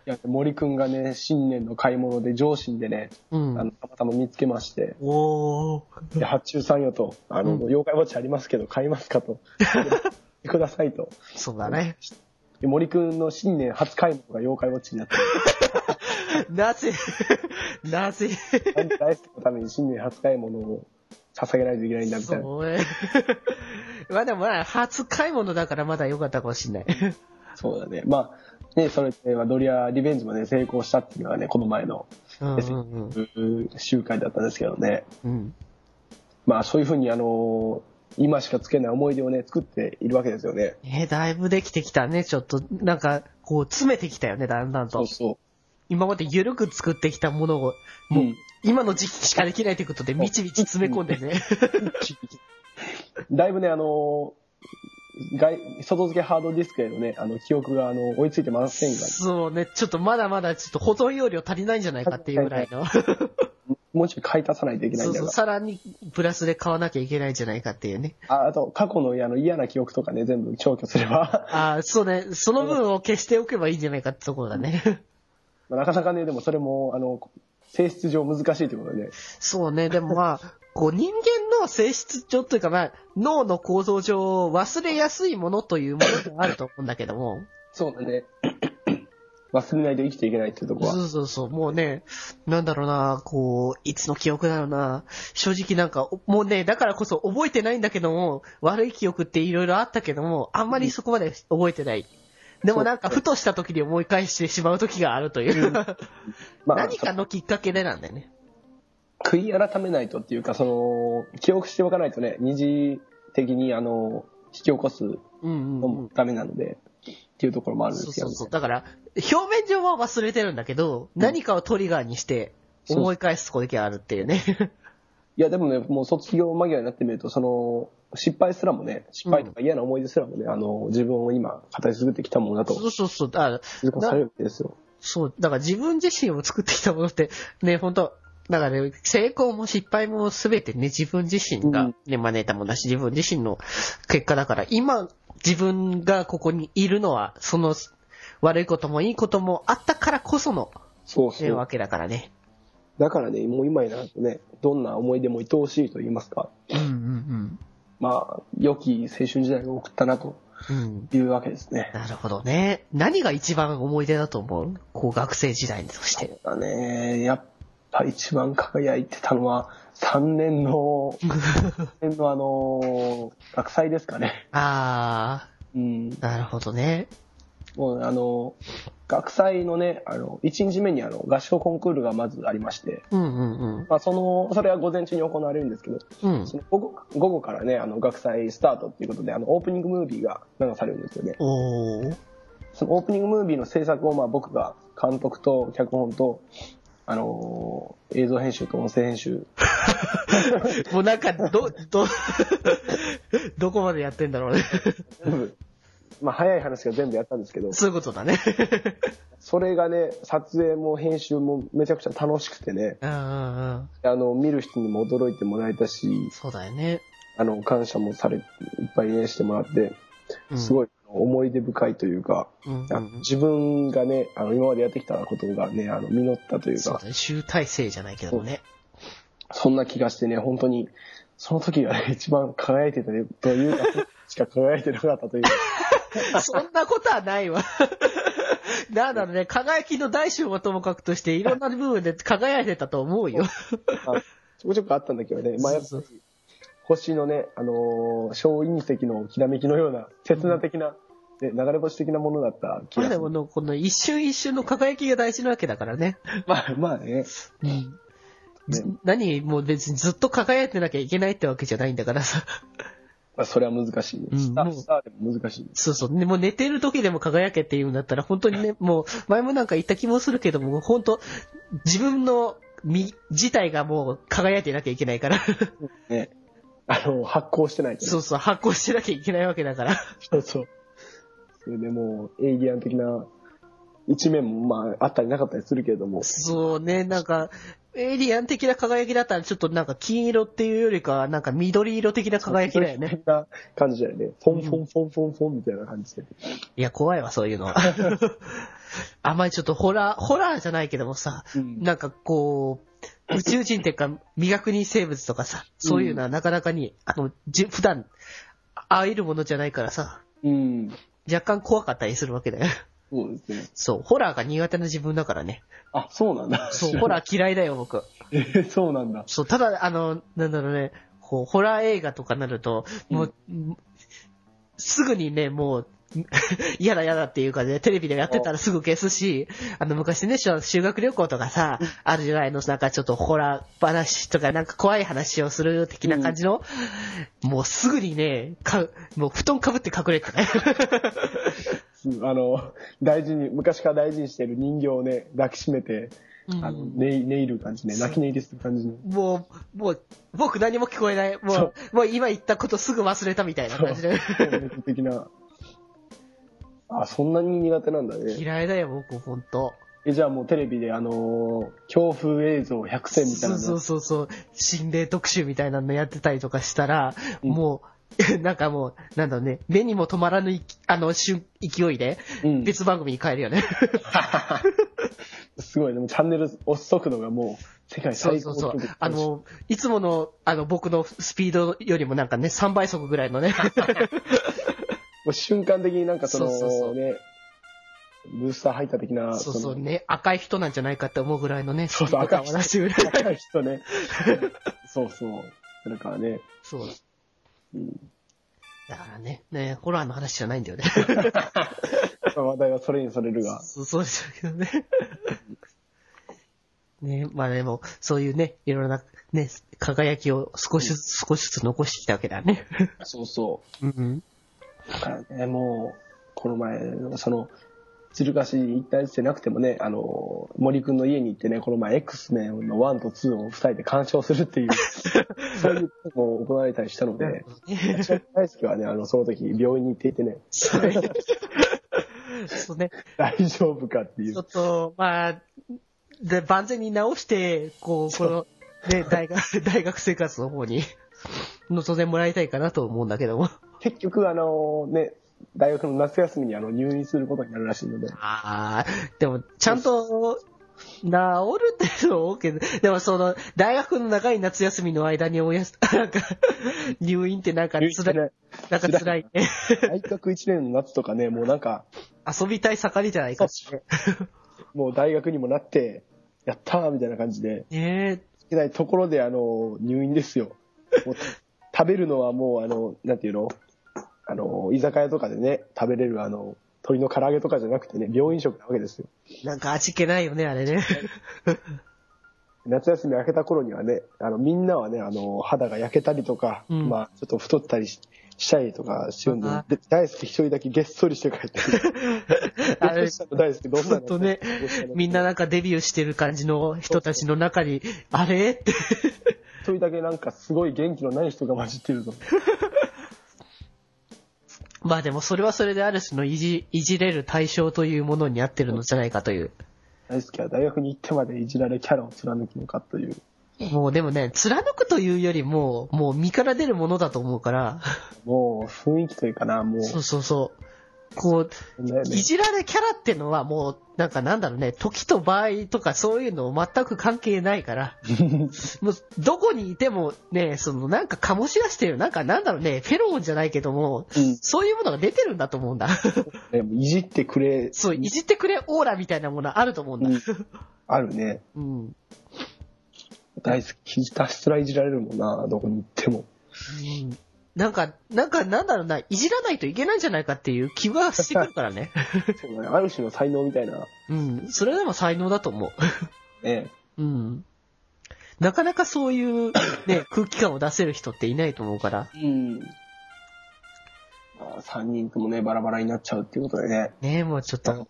Speaker 4: や森くんがね、新年の買い物で上信でね、
Speaker 1: う
Speaker 4: あの
Speaker 1: ん。
Speaker 4: たまたま見つけまして、
Speaker 1: おー。
Speaker 4: で発注さんよと、あ
Speaker 1: う
Speaker 4: の、
Speaker 1: ん
Speaker 4: 妖怪ウォッチありますけど、買いますか と、くださいと。
Speaker 1: そうだね。
Speaker 4: で森くんの新年初買い物が妖怪ウォッチになって、
Speaker 1: なぜ、 なぜ、
Speaker 4: なんで大好きのために新年初買い物を捧げないといけないんだみたいな。
Speaker 1: そう ね。まあでもまあ、初買い物だからまだ良かったかもしん ない。
Speaker 4: そうだね。まあ、ね、それではドリアリベンジもね、成功したっていうのがね、この前の
Speaker 1: うんうん
Speaker 4: うー集会だったんですけどね。
Speaker 1: うん。うん。
Speaker 4: まあ、そういうふうに、あのー今しかつけない思い出をね、作っているわけですよね。
Speaker 1: えーだいぶできてきたね、ちょっと。なんか、こう、詰めてきたよね、だんだんと。
Speaker 4: そ
Speaker 1: 今まで緩く作ってきたものを、
Speaker 4: う
Speaker 1: もう、
Speaker 4: ん
Speaker 1: 今の時期しかできないということで、みちみち詰め込んでね。
Speaker 4: だいぶね、あのー外、外付けハードディスクへのね、あの、記憶が、あの、追いついてませんが、
Speaker 1: そうね、ちょっとまだまだちょっと保存容量足りないんじゃないかっていうぐらいの。
Speaker 4: もうちょい買い足さないといけない
Speaker 1: そう
Speaker 4: んだ
Speaker 1: そ
Speaker 4: が
Speaker 1: う、さらにプラスで買わなきゃいけないんじゃないかっていうね。
Speaker 4: ああと、過去のあの嫌な記憶とかね、全部消去すれば、
Speaker 1: ああ、そうね、その分を消しておけばいいんじゃないかってところだね。
Speaker 4: まあなかなかね、でもそれも、あの、性質上難しいということでね、
Speaker 1: そうね、でもまあ、こう人間の性質上というかまあ、脳の構造上忘れやすいものというものがあると思うんだけども、
Speaker 4: そうだね。 忘れないと生きていけないっていうところは
Speaker 1: そ。うそうそう、もうね、なんだろうな、こう、いつの記憶だろうな、正直なんか、おもうね、だからこそ覚えてないんだけども、悪い記憶っていろいろあったけども、あんまりそこまで覚えてない。でもなんか、ふとした時に思い返してしまう時があるという。
Speaker 4: まあ、
Speaker 1: 何かのきっかけでなんだよね。
Speaker 4: 悔い改めないとっていうか、その、記憶しておかないとね、二次的に、あの、引き起こす
Speaker 1: うんうん、
Speaker 4: の
Speaker 1: う
Speaker 4: も
Speaker 1: ん。
Speaker 4: ダメなので、っていうところもあるん
Speaker 1: そ
Speaker 4: で
Speaker 1: う
Speaker 4: すけ
Speaker 1: そ
Speaker 4: ど
Speaker 1: う
Speaker 4: ね、
Speaker 1: そう。だから、表面上は忘れてるんだけど、何かをトリガーにして、
Speaker 4: そう
Speaker 1: 思い返すことがあるっていうね。
Speaker 4: いや、でもね、もう卒業間際になってみると、その、失敗すらもね、失敗とか嫌な思い出すらもね、あの、自分を今、形作ってきたものだと、
Speaker 1: そうそうそう。あ
Speaker 4: 気づかされるわけですよ。
Speaker 1: そう、だから自分自身を作ってきたものって、ね、本当だからね、成功も失敗も全てね、自分自身がね、招いたものだし、自分自身の結果だから、今、自分がここにいるのは、その、悪いこともいいこともあったからこその、
Speaker 4: そうそ
Speaker 1: ね、
Speaker 4: う
Speaker 1: わ。けだからね。
Speaker 4: だからね、もう今になるとね、どんな思い出も愛おしいと言いますか、
Speaker 1: うんうん
Speaker 4: まあ、良き青春時代を送ったなと
Speaker 1: うん。うん。
Speaker 4: いうわけですね。
Speaker 1: なるほどね。何が一番思い出だと思うこう学生時代として。
Speaker 4: だね、やっぱ一番輝いてたのは、3年の、3年のあの、学祭ですかね。
Speaker 1: あ
Speaker 4: うん。
Speaker 1: ー、なるほどね。
Speaker 4: もう、あの、学祭のね、あの、1日目にあの、合唱コンクールがまずありまして、
Speaker 1: うんうん
Speaker 4: まあ、その、それは午前中に行われるんですけど、
Speaker 1: うん。うん。
Speaker 4: その午後午後からね、あの、学祭スタートっていうことで、あの、オープニングムービーが流されるんですよね。
Speaker 1: おー。
Speaker 4: そのオープニングムービーの制作をまあ僕が監督と脚本と、あのー映像編集と音声編集。
Speaker 1: もうなんか、ど、ど、 どこまでやってんだろうね。
Speaker 4: 全部まあ早い話が全部やったんですけど、
Speaker 1: そういうことだね。
Speaker 4: それがね、撮影も編集もめちゃくちゃ楽しくてね、
Speaker 1: うんうんうん。
Speaker 4: あの、見る人にも驚いてもらえたし、
Speaker 1: そうだよね。
Speaker 4: あの、感謝もされ、いっぱいね、してもらって、
Speaker 1: うん、
Speaker 4: す
Speaker 1: い。
Speaker 4: ごい思い出深いというか、
Speaker 1: うんうん
Speaker 4: あの自分がね、あの、今までやってきたことがね、あの、実ったという
Speaker 1: そう
Speaker 4: か
Speaker 1: だ、ね。集大成じゃないけどもね。
Speaker 4: そんな気がしてね、本当に、その時がね、一番輝いてたとい うか、しか輝いてなかったというか、
Speaker 1: そんなことはないわ。 なんだろうね、輝きの大小はともかくとして、いろんな部分で輝いてたと思うよ。
Speaker 4: まあちょこちょこあったんだけどね、まあ、やっぱ
Speaker 1: そうそ
Speaker 4: り、星のね、あのー小隕石のきらめきのような、刹那的な、ね流れ星的なものだった気
Speaker 1: まあ
Speaker 4: がす
Speaker 1: で
Speaker 4: る
Speaker 1: も。の、この一瞬一瞬の輝きが大事なわけだからね。
Speaker 4: まあ、まあね。
Speaker 1: うん。ず
Speaker 4: ね
Speaker 1: 何もう別にずっと輝いてなきゃいけないってわけじゃないんだからさ。
Speaker 4: まあ、それは難しい、ね
Speaker 1: うん
Speaker 4: スタ
Speaker 1: も
Speaker 4: ー。
Speaker 1: う
Speaker 4: スターでも難しい、ね。
Speaker 1: そうそう。ね、もう寝てる時でも輝けって言うんだったら、本当にね、もう、前もなんか言った気もするけども、本当自分の身自体がもう輝いてなきゃいけないから。
Speaker 4: ねあの、発光してないとね、
Speaker 1: そうそう、発光してなきゃいけないわけだから。
Speaker 4: そうそう。それでもう、エイリアン的な一面もまああったりなかったりするけれども、
Speaker 1: そうね、なんか、エイリアン的な輝きだったら、ちょっとなんか金色っていうよりかは、なんか緑色的な輝きだよね。
Speaker 4: そんな感じだよね。フォンフォンフォンフォンフォンみたいな感じで。
Speaker 1: いや、怖いわ、そういうの。あんまりちょっとホラー、ホラーじゃないけどもさ、
Speaker 4: うん
Speaker 1: なんかこう、宇宙人っていうか、未確認生物とかさ、そういうのはなかなかに、あの、じ普段、会えるものじゃないからさ、
Speaker 4: うん。
Speaker 1: 若干怖かったりするわけだよ。
Speaker 4: そうですね。
Speaker 1: そう、ホラーが苦手な自分だからね。
Speaker 4: あ、そうなんだ。
Speaker 1: そう、ホラー嫌いだよ、僕。
Speaker 4: ー。 そうなんだ。
Speaker 1: そう、ただ、あの、なんだろうね、こう、ホラー映画とかなると、もう、すぐにね、もう、 嫌だ嫌だっていうかね、テレビでやってたらすぐ消すし、あの、昔ね、しょ修学旅行とかさ、あるじゃないの、なんかちょっとホラー話とか、なんか怖い話をする的な感じの、もうすぐにね、か、もう布団かぶって隠れてね。
Speaker 4: うんあの、 大事に、昔から大事にしてる人形をね、抱きしめて、あの、寝寝入る感じね、泣き寝入りする感じの。
Speaker 1: もう、もう、僕何も聞こえない。も、
Speaker 4: そう
Speaker 1: もう今言ったことすぐ忘れたみたいな感じで。
Speaker 4: 熱 的な。あ、そんなに苦手なんだね。
Speaker 1: 嫌いだよ、僕、ほんと。
Speaker 4: え、じゃあもうテレビであのー強風映像100選みたい
Speaker 1: そ
Speaker 4: な
Speaker 1: う
Speaker 4: の。
Speaker 1: そうそうそう、心霊特集みたいなのやってたりとかしたら、
Speaker 4: うん
Speaker 1: もう、 なんかもう、なんだろうね、目にも止まらぬいあの、瞬勢いで、
Speaker 4: うん
Speaker 1: 別番組に変えるよね。
Speaker 4: すごい、でもチャンネル押す速度がもう世 界
Speaker 1: そう
Speaker 4: 最
Speaker 1: そ
Speaker 4: 高
Speaker 1: うそう
Speaker 4: 記録。
Speaker 1: あの、いつもの、あの、僕のスピードよりもなんかね、3倍速ぐらいのね。
Speaker 4: もう瞬間的になんかその
Speaker 1: そうそうそう
Speaker 4: ね、ブースター入った的 な、
Speaker 1: そうそう
Speaker 4: の
Speaker 1: ね、赤い人なんじゃないかって思うぐらいのね、
Speaker 4: そうそう
Speaker 1: スピード感を出してくれる
Speaker 4: 高い人ね。そうそう。それからね、
Speaker 1: そう。
Speaker 4: うん
Speaker 1: だからね、ね、ホラーの話じゃないんだよね。
Speaker 4: 話題はそれにそれるが。
Speaker 1: そうそうでしたけどね。 ねまあでも、そういうね、いろんな、ね、輝きを少しずつ、少しずつ残してきたわけだね。
Speaker 4: そうそう。
Speaker 1: うん。
Speaker 4: だからね、もう、この前、その、鶴ヶ市一体してなくてもね、あの、森くんの家に行ってね、この前 X メンの1と2を二人で鑑賞するって いう、そういうことも行われたりしたので、私は大輔はね、あの、その時病院に行っていてね、
Speaker 1: そうね、
Speaker 4: 大丈夫かってい
Speaker 1: ちょ
Speaker 4: う
Speaker 1: っ。と、まあ、で、万全に直して、こう、この、ね、大学、大学生活の方に、 望んでもらいたいかなと思うんだけども。
Speaker 4: 結局、あの、ね、大学の夏休みにあの入院することになるらしいので、
Speaker 1: ああ、でも、ちゃんと、治るってのは OK で、でもその、大学の長い夏休みの間におやす、なん か、入院ってなんか
Speaker 4: 入院し
Speaker 1: 辛
Speaker 4: て
Speaker 1: い、
Speaker 4: ね、
Speaker 1: なんか辛いね。
Speaker 4: 大学1年の夏とかね、もうなんか、
Speaker 1: 遊びたい盛りじゃないかって。
Speaker 4: もう大学にもなって、やったーみたいな感じで、
Speaker 1: ね
Speaker 4: いけないところで、あの、入院ですよ。もう食べるのはもう、あの、なんていうのあの、居酒屋とかでね、食べれる、あの、鶏の唐揚げとかじゃなくてね、病院食なわけですよ。
Speaker 1: え、なんか味気ないよね、あれね。
Speaker 4: 夏休み明けた頃にはね、あの、みんなはね、あの、肌が焼けたりとか、
Speaker 1: うん
Speaker 4: まあ、ちょっと太ったりししたりとかしてるんで
Speaker 1: あ、
Speaker 4: で大好き一人だけげっそりして帰ってくる。
Speaker 1: あれ、
Speaker 4: どうしたの大好きどんな
Speaker 1: ず
Speaker 4: の
Speaker 1: っとね、みんななんかデビューしてる感じの人たちの中に、あれって。
Speaker 4: 一人だけなんかすごい元気のない人が混じってるぞ。
Speaker 1: まあでも、それはそれである種のいじ、いじれる対象というものになってるのじゃないかという。
Speaker 4: 大好きは大学に行ってまでいじられキャラを貫くのかという。
Speaker 1: もうでもね、貫くというよりも、もう身から出るものだと思うから、
Speaker 4: もう雰囲気というかな、もう、
Speaker 1: そうそうそう。こ
Speaker 4: そんなよ
Speaker 1: う、
Speaker 4: ね
Speaker 1: いじられキャラってのはもう、なんかなんだろうね、時と場合とかそういうの全く関係ない から、もうどこにいてもね、そのなんか醸し出してる、なんかなんだろうね、フェロモンじゃないけども、
Speaker 4: うん
Speaker 1: そういうものが出てるんだと思うんだ。
Speaker 4: ねもういじってくれ、
Speaker 1: そう、いじってくれオーラみたいなものあると思うんだ。
Speaker 4: うんあるね。
Speaker 1: うん。
Speaker 4: 大好き、ひたすらいじられるもんな、どこに行っても。
Speaker 1: うんなんか、なんかなんだろうな、いじらないといけないんじゃないかっていう気はしてくるからね。
Speaker 4: そうだね、ある種の才能みたいな、
Speaker 1: うん、それでも才能だと思
Speaker 4: ね。
Speaker 1: う。うん。なかなかそういう、ね、 空気感を出せる人っていないと思うから。
Speaker 4: うん。まあ、3人ともね、バラバラになっちゃうっていうことでね。
Speaker 1: ねもうちょっと、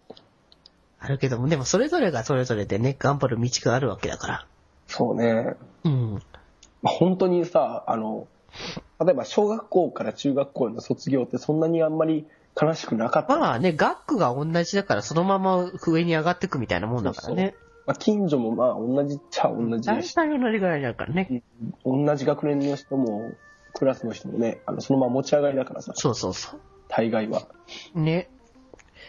Speaker 1: あるけども、でもそれぞれがそれぞれでね、頑張る道があるわけだから。
Speaker 4: そうね。
Speaker 1: うん。
Speaker 4: まあ、本当にさ、あの、例えば小学校から中学校への卒業ってそんなにあんまり悲しくなかった。
Speaker 1: まあね、学区が同じだから、そのまま上に上がってくみたいなもんだからね。
Speaker 4: まあ、近所もまあ同じっちゃ同じ
Speaker 1: 大
Speaker 4: だし、
Speaker 1: 体同じぐらいだからね。
Speaker 4: 同じ学年の人も、クラスの人もね、あのそのまま持ち上がりだからさ、
Speaker 1: そうそうそ
Speaker 4: 大概は。
Speaker 1: う。ね。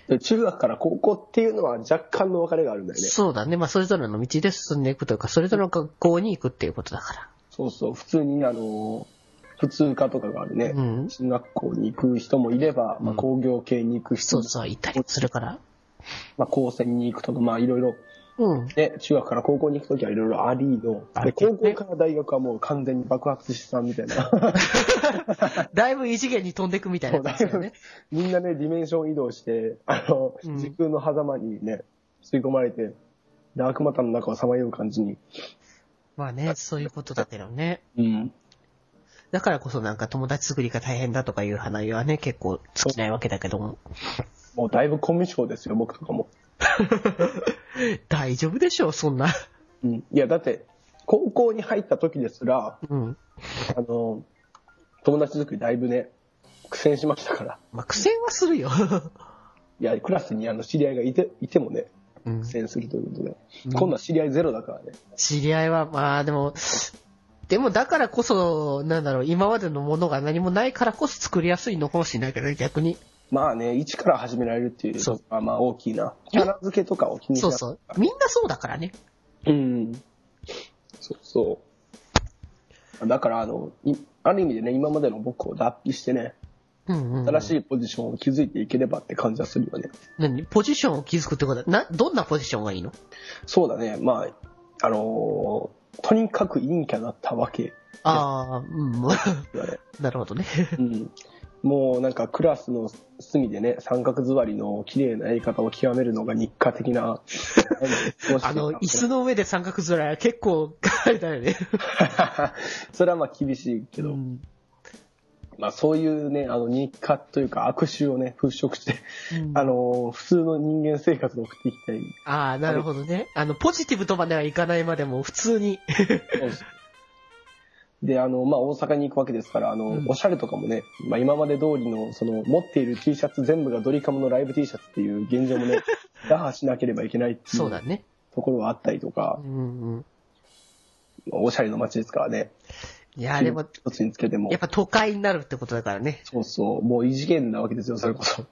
Speaker 4: で中学から高校っていうのは若干の別れがあるんだよね。
Speaker 1: そうだね。まあ、それぞれの道で進んでいくというか、それぞれの学校に行くっていうことだか
Speaker 4: そうそう、普通にあの、普通科とかがあるね
Speaker 1: ら。。うん。
Speaker 4: 中学校に行く人もいれば、
Speaker 1: う
Speaker 4: まあ、
Speaker 1: ん
Speaker 4: 工業系に行く人
Speaker 1: そ
Speaker 4: も、
Speaker 1: うそう、行ったりもするから。
Speaker 4: まあ、高専に行くとか、まあいろいろ、
Speaker 1: うん。
Speaker 4: ね、中学から高校に行くときはいろいろありの、
Speaker 1: あ
Speaker 4: で
Speaker 1: る
Speaker 4: 高校から大学はもう完全に爆発資産みたいな。
Speaker 1: だいぶ異次元に飛んでいくみたいな感じだよね。
Speaker 4: みんなね、ディメンション移動して、あの、
Speaker 1: うん
Speaker 4: 時空の狭間にね、吸い込まれて、ダークマターの中をさまよう感じに。
Speaker 1: まあね、そういうことだけどね。
Speaker 4: うん。
Speaker 1: だからこそなんか友達作りが大変だとかいう話はね、結構尽きないわけだけ ども。
Speaker 4: もうだいぶコミュ障ですよ、僕とかも。
Speaker 1: 大丈夫でしょう、そんな。
Speaker 4: うん。いや、だって、高校に入った時ですら、
Speaker 1: うん。
Speaker 4: あの、友達作りだいぶね、苦戦しましたから。
Speaker 1: まあ、苦戦はするよ。
Speaker 4: いや、クラスにあの知り合いがいて、いてもね、
Speaker 1: うん
Speaker 4: 苦。戦するということで。
Speaker 1: うん
Speaker 4: 今度は知り合いゼロだからね。
Speaker 1: 知り合いは、まあでも、でもだからこそ、なんだろう、今までのものが何もないからこそ作りやすいのかもしれないけど、逆に。
Speaker 4: まあね、一から始められるっていう
Speaker 1: そう
Speaker 4: のが、まあ大きいな。キャラ付けとかを気にし
Speaker 1: そう
Speaker 4: なかった
Speaker 1: そう。みんなそうだからね。
Speaker 4: うん。そうそう。だから、あの、いある意味でね、今までの僕を脱皮してね、
Speaker 1: うんうん。
Speaker 4: 新
Speaker 1: い。
Speaker 4: しいポジションを築いていければって感じはするよね。
Speaker 1: 何ポジションを築くってことは、な、どんなポジションがいいの
Speaker 4: そうだね、まあ、あのーとにかく陰キャだったわけ
Speaker 1: ああ、うん。
Speaker 4: だね。
Speaker 1: なるほどね。
Speaker 4: うん。もうなんかクラスの隅でね、三角座りの綺麗なやり方を極めるのが日課的な。
Speaker 1: あの、椅子の上で三角面は結構、 あれだよね。
Speaker 4: それはまあ厳しいけど、
Speaker 1: うん
Speaker 4: まあそういうね、あの日課というか悪臭をね、払拭して、
Speaker 1: うん
Speaker 4: あの、普通の人間生活を送っていきたい。
Speaker 1: ああ、なるほどね。あの、ポジティブとまではいかないまでも、普通に。
Speaker 4: で、あの、まあ、大阪に行くわけですから、あの、
Speaker 1: うん
Speaker 4: おしゃれとかもね、まあ、今まで通りの、その、持っている T シャツ全部がドリカムのライブ T シャツっていう現状も ね、打破しなければいけないってい
Speaker 1: そう
Speaker 4: う
Speaker 1: だね。
Speaker 4: ところはあったりとか
Speaker 1: う、んうん。
Speaker 4: おしゃれの街ですからね、
Speaker 1: いやー、でも、
Speaker 4: 一つにつけても
Speaker 1: やっ、ぱ都会になるってことだからね。
Speaker 4: そうそう、もう異次元なわけですよ、それ こそ。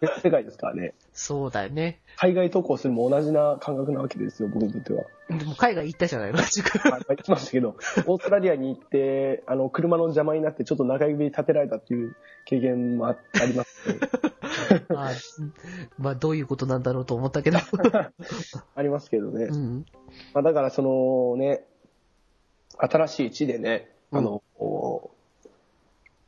Speaker 4: 別世界ですからね。
Speaker 1: そうだよね。
Speaker 4: 海外渡航するも同じな感覚なわけですよ、僕にとっては。
Speaker 1: でも海外行ったじゃない、マジ
Speaker 4: まあ、言ってましたけど、オーストラリアに行って、あの、車の邪魔になって、ちょっと中指立てられたっていう経験もああります、 ね、
Speaker 1: まあ、まあ、どういうことなんだろうと思ったけど。
Speaker 4: ありますけどね。
Speaker 1: うん。
Speaker 4: まあ、だから、そのね、新しい地でね、あの、こ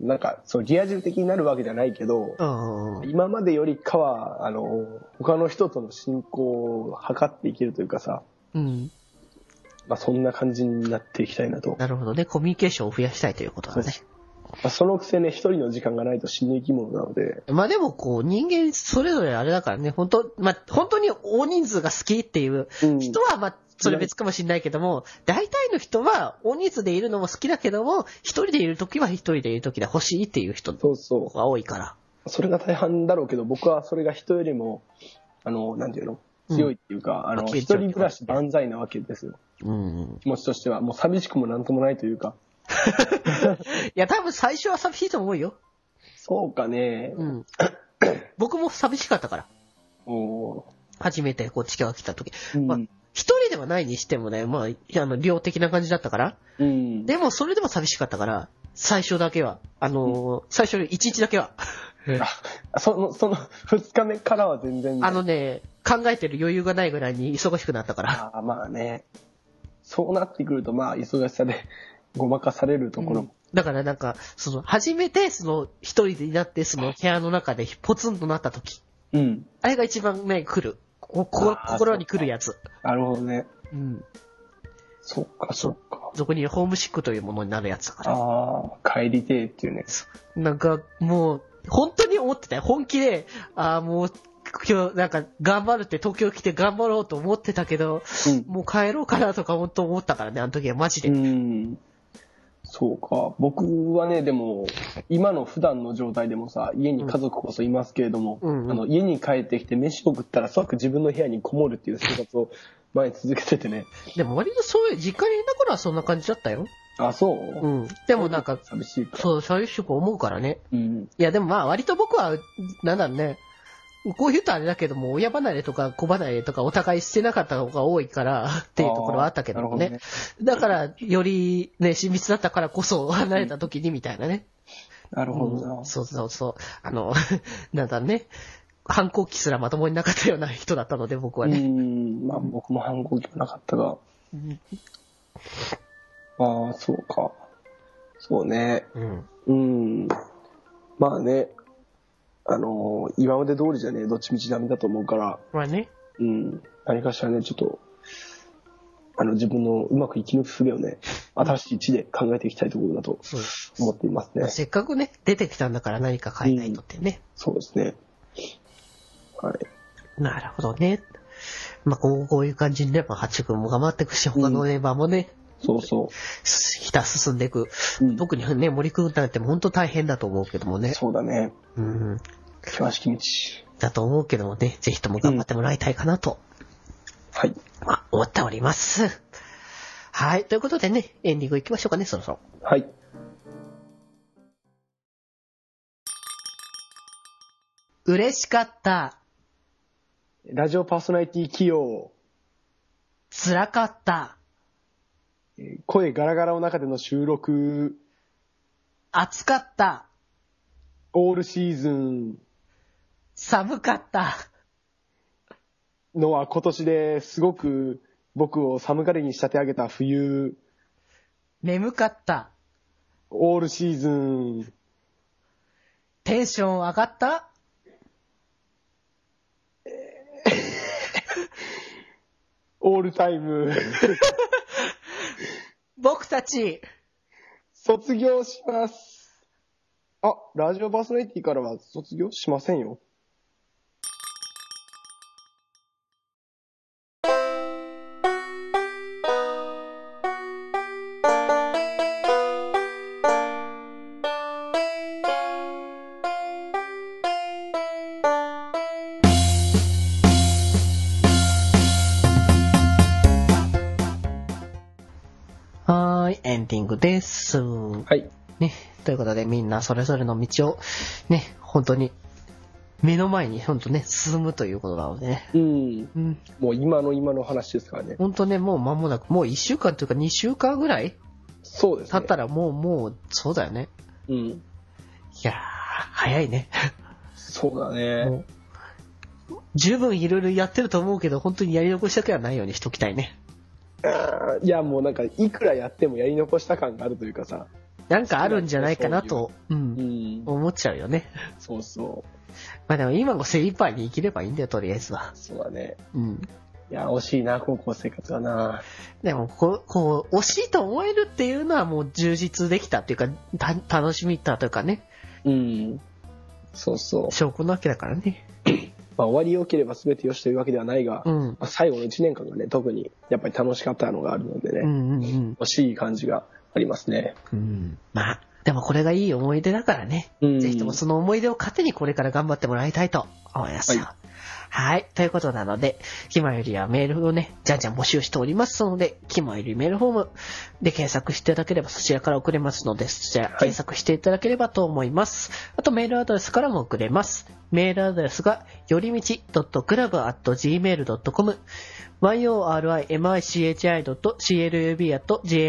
Speaker 4: うなんか、そう、リア充的になるわけじゃないけど、
Speaker 1: うん。
Speaker 4: 今までよりかは、あの、他の人との進行を図っていけるというかさ、
Speaker 1: うん。
Speaker 4: まあ、そんな感じになっていきたいなと。
Speaker 1: なるほどね。コミュニケーションを増やしたいということだね。
Speaker 4: まあ、そのくせね、一人の時間がないと死ぬ生き物なので、
Speaker 1: まあでもこう、人間それぞれあれだからね、本当まあ本当に大人数が好きっていう
Speaker 4: うん
Speaker 1: 人はまあ、それ別かもしれないけども、大体の人は大人数でいるのも好きだけども、一人でいるときは一人でいるときで欲しいっていう人
Speaker 4: そうそう。
Speaker 1: が多いから。
Speaker 4: それが大半だろうけど、僕はそれが人よりも、あの、なんていうの
Speaker 1: うん
Speaker 4: 強いっていうか、あの、
Speaker 1: あ
Speaker 4: 一
Speaker 1: 強い強い
Speaker 4: 人暮らし万歳なわけですよ。
Speaker 1: うん。
Speaker 4: 気持ちとしては。もう寂しくもなんともないというか。
Speaker 1: いや、多分最初は寂しいと思うよ。
Speaker 4: そうかね。
Speaker 1: うん。僕も寂しかったから。
Speaker 4: お
Speaker 1: 初めてこっちから来た時。
Speaker 4: ー
Speaker 1: まあ
Speaker 4: うん。
Speaker 1: 一人ではないにしてもね、まあ、あの、量的な感じだったから。
Speaker 4: うん。
Speaker 1: でも、それでも寂しかったから、最初だけは。あのー最初の一日だけは。
Speaker 4: あその、その、二日目からは全然。
Speaker 1: あのね、考えてる余裕がないぐらいに忙しくなったから。
Speaker 4: あー、まあね。そうなってくると、まあ、忙しさで ごまかされるところも。
Speaker 1: だからなんか、その、初めて、その、一人になって、その、部屋の中でポツンとなった時。
Speaker 4: うん。
Speaker 1: あれが一番ね、来る。ここ
Speaker 4: あー
Speaker 1: 心に来るやつ。
Speaker 4: なるほどね。
Speaker 1: うん。
Speaker 4: そっか、そっか。
Speaker 1: そこにホームシックというものになるやつだから。
Speaker 4: ああ、帰りてえっていうね。
Speaker 1: なんか、もう、本当に思ってたよ。本気で、ああ、もう、今日、なんか、頑張るって、東京来て頑張ろうと思ってたけど、
Speaker 4: うん。
Speaker 1: もう帰ろうかなとか、本当思ったからね、あの時はマジで。
Speaker 4: うん。そうか。僕はね、でも、今の普段の状態でもさ、家に家族こそいますけれども、
Speaker 1: うんうん
Speaker 4: あの家に帰ってきて飯を食ったら即自分の部屋にこもるっていう生活を前に続けててね。
Speaker 1: でも割とそういう、実家にいた頃はそんな感じだったよ。
Speaker 4: あ、そう、
Speaker 1: うん。でもなんか、
Speaker 4: 寂しいか。
Speaker 1: そう、そういう人思うからね。
Speaker 4: うん。
Speaker 1: いや、でもまあ、割と僕は、なんだろうね。こう言うとあれだけども、親離れとか子離れとかお互いしてなかった方が多いから、 っていうところはあったけども
Speaker 4: あー
Speaker 1: ね。
Speaker 4: なる
Speaker 1: だから、よりね、親密だったからこ そ離れた時にみたいなね。
Speaker 4: なるほどな。
Speaker 1: うんそうそうそう。あの、 なんだろうね。反抗期すらまともになかったような人だったので、僕は
Speaker 4: う
Speaker 1: ね。
Speaker 4: ん、まあ僕も反抗期はなかったが。ああ、そうか。そうね。
Speaker 1: うん。
Speaker 4: うん。まあね、あのー今まで通りじゃね、どっちみちダメだと思うから、
Speaker 1: まあね。
Speaker 4: うん。何かしらね、ちょっと、あの、自分のうまく生き抜く術をね、新しい地で考えていきたいところだと
Speaker 1: そう
Speaker 4: 思っていますね。
Speaker 1: せっかくね、出てきたんだから何か変えないとってね。
Speaker 4: そうですね。はい。
Speaker 1: なるほどね。まあ、こうこういう感じにね、まあ、八君も頑張っていくし、他のメンバーもね、
Speaker 4: そうそ
Speaker 1: ひた進んでいく。
Speaker 4: う。うん、
Speaker 1: 特にね、森君なんてもう本当大変だと思うけどもね。
Speaker 4: そうだね。
Speaker 1: うん。
Speaker 4: 険しき道。
Speaker 1: だと思うけどもね、ぜひとも頑張ってもらいたいかなと、
Speaker 4: はい。
Speaker 1: まあ思っております。はい。ということでね、エンディング行きましょうかね、そろそろ。
Speaker 4: はい。
Speaker 1: 嬉しかった。
Speaker 4: ラジオパーソナリティ起用、
Speaker 1: 辛かった。
Speaker 4: えー声ガラガラの中での収録、
Speaker 1: 暑かった。
Speaker 4: オールシーズン
Speaker 1: 寒かった。
Speaker 4: のは今年ですごく僕を寒がりに仕立て上げた冬、
Speaker 1: 眠かった。
Speaker 4: オールシーズン、
Speaker 1: テンション上がった
Speaker 4: オールタイム、
Speaker 1: 僕たち、
Speaker 4: 卒業します。あ、ラジオパーソナリティからは卒業しませんよ。
Speaker 1: はーい、エンディングです。
Speaker 4: はい。
Speaker 1: ね、ということでみんなそれぞれの道を、ね、本当に、目の前に本当ね、進むということなのでね。
Speaker 4: うん。
Speaker 1: うん、
Speaker 4: もう今の今の話ですからね。
Speaker 1: 本当ね、もう間もなく、もう1週間というか2週間ぐらい
Speaker 4: そうです
Speaker 1: 経
Speaker 4: ね。
Speaker 1: ったらもう、もう、そうだよね。
Speaker 4: うん。
Speaker 1: いやー、早いね。
Speaker 4: そうだね。
Speaker 1: もう、十分いろいろやってると思うけど、本当にやり残したくはないようにしときたいね。
Speaker 4: あーいや、もうなんか、いくらやってもやり残した感があるというかさ。
Speaker 1: なんかあるんじゃないかなと、う、
Speaker 4: うんん。
Speaker 1: 思っちゃうよね。
Speaker 4: そうそう。
Speaker 1: まあでも今も精一杯に生きればいいんだよ、とりあえずは。
Speaker 4: そうだね。
Speaker 1: うん。
Speaker 4: いや、惜しいな、高校生活はな。
Speaker 1: でもこう、こう、惜しいと思えるっていうのはもう充実できたっていうか、た楽しみたというかね、
Speaker 4: うん。そうそう。
Speaker 1: 証拠なわけだからね。
Speaker 4: まあ、終わり良ければ全て良しというわけではないが、
Speaker 1: う
Speaker 4: ま
Speaker 1: ん。
Speaker 4: あ、最後の1年間がね、特にやっぱり楽しかったのがあるのでね、
Speaker 1: うんうんうん。
Speaker 4: 惜しい感じがありますね。
Speaker 1: うん。まあ、でもこれがいい思い出だからね。
Speaker 4: うん
Speaker 1: ぜひともその思い出を糧にこれから頑張ってもらいたいと思います。
Speaker 4: は
Speaker 1: はいい。ということなので、キマよりはメールをね、じゃんじゃん募集しておりますので、キマよりメールフォームで検索していただければそちらから送れますので、そちら検索していただければと思います。あとメールアドレスからも送れます。メールアドレスが、よりみち .club.gmail.com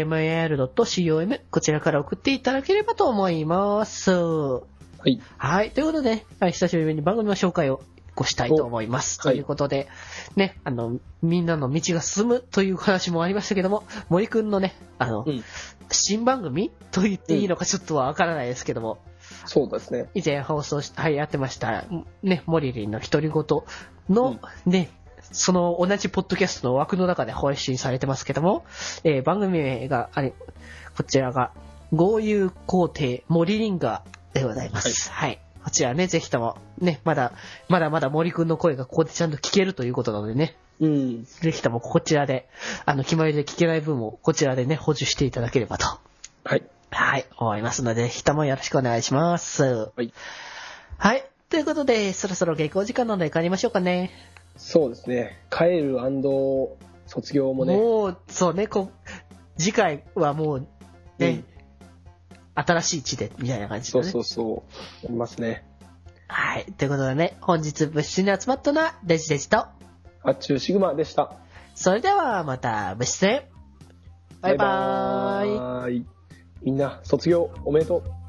Speaker 1: yorimichi.club.gmail.com こちらから送っていただければと思います。
Speaker 4: はい。
Speaker 1: はい。ということで、はい久しぶりに番組の紹介をごしたいと思います。
Speaker 4: おは
Speaker 1: と
Speaker 4: い
Speaker 1: いうことで、ね、あの、みんなの道が進むという話もありましたけども、森くんのね、あの、
Speaker 4: うん
Speaker 1: 新番組と言っていいのかちょっとはわからないですけども、
Speaker 4: そうですね。
Speaker 1: 以前放送し、はい、やってました、ね、モリリンの独り言の、ね、その同じポッドキャストの枠の中で配信されてますけども、えー番組名が、あれ、こちらが、豪遊皇帝森リンガーでございます。はい。こちらね、ぜひとも、ね、まだ、まだまだ森くんの声がここでちゃんと聞けるということなのでね、
Speaker 4: うん。
Speaker 1: ぜひともこちらで、あの、決まりで聞けない分もこちらでね、補充していただければと
Speaker 4: はい。
Speaker 1: はい、終わりますので、人もよろしくお願いします。
Speaker 4: はい。
Speaker 1: はい、ということで、そろそろ下校時間なので帰りましょうかね。
Speaker 4: そうですね。帰る卒業もね、
Speaker 1: もう、そうね、こ次回はもう、ね、
Speaker 4: うん
Speaker 1: 新しい地で、みたいな感じで、
Speaker 4: そう
Speaker 1: ね。
Speaker 4: そうそう、ありますね。
Speaker 1: はい、ということでね、本日物質に集まったのはデジデジと、
Speaker 4: あっちゅうシグマでした。
Speaker 1: それではまた物質で、バイバーイ
Speaker 4: バイバーイみんな、卒業おめでとう。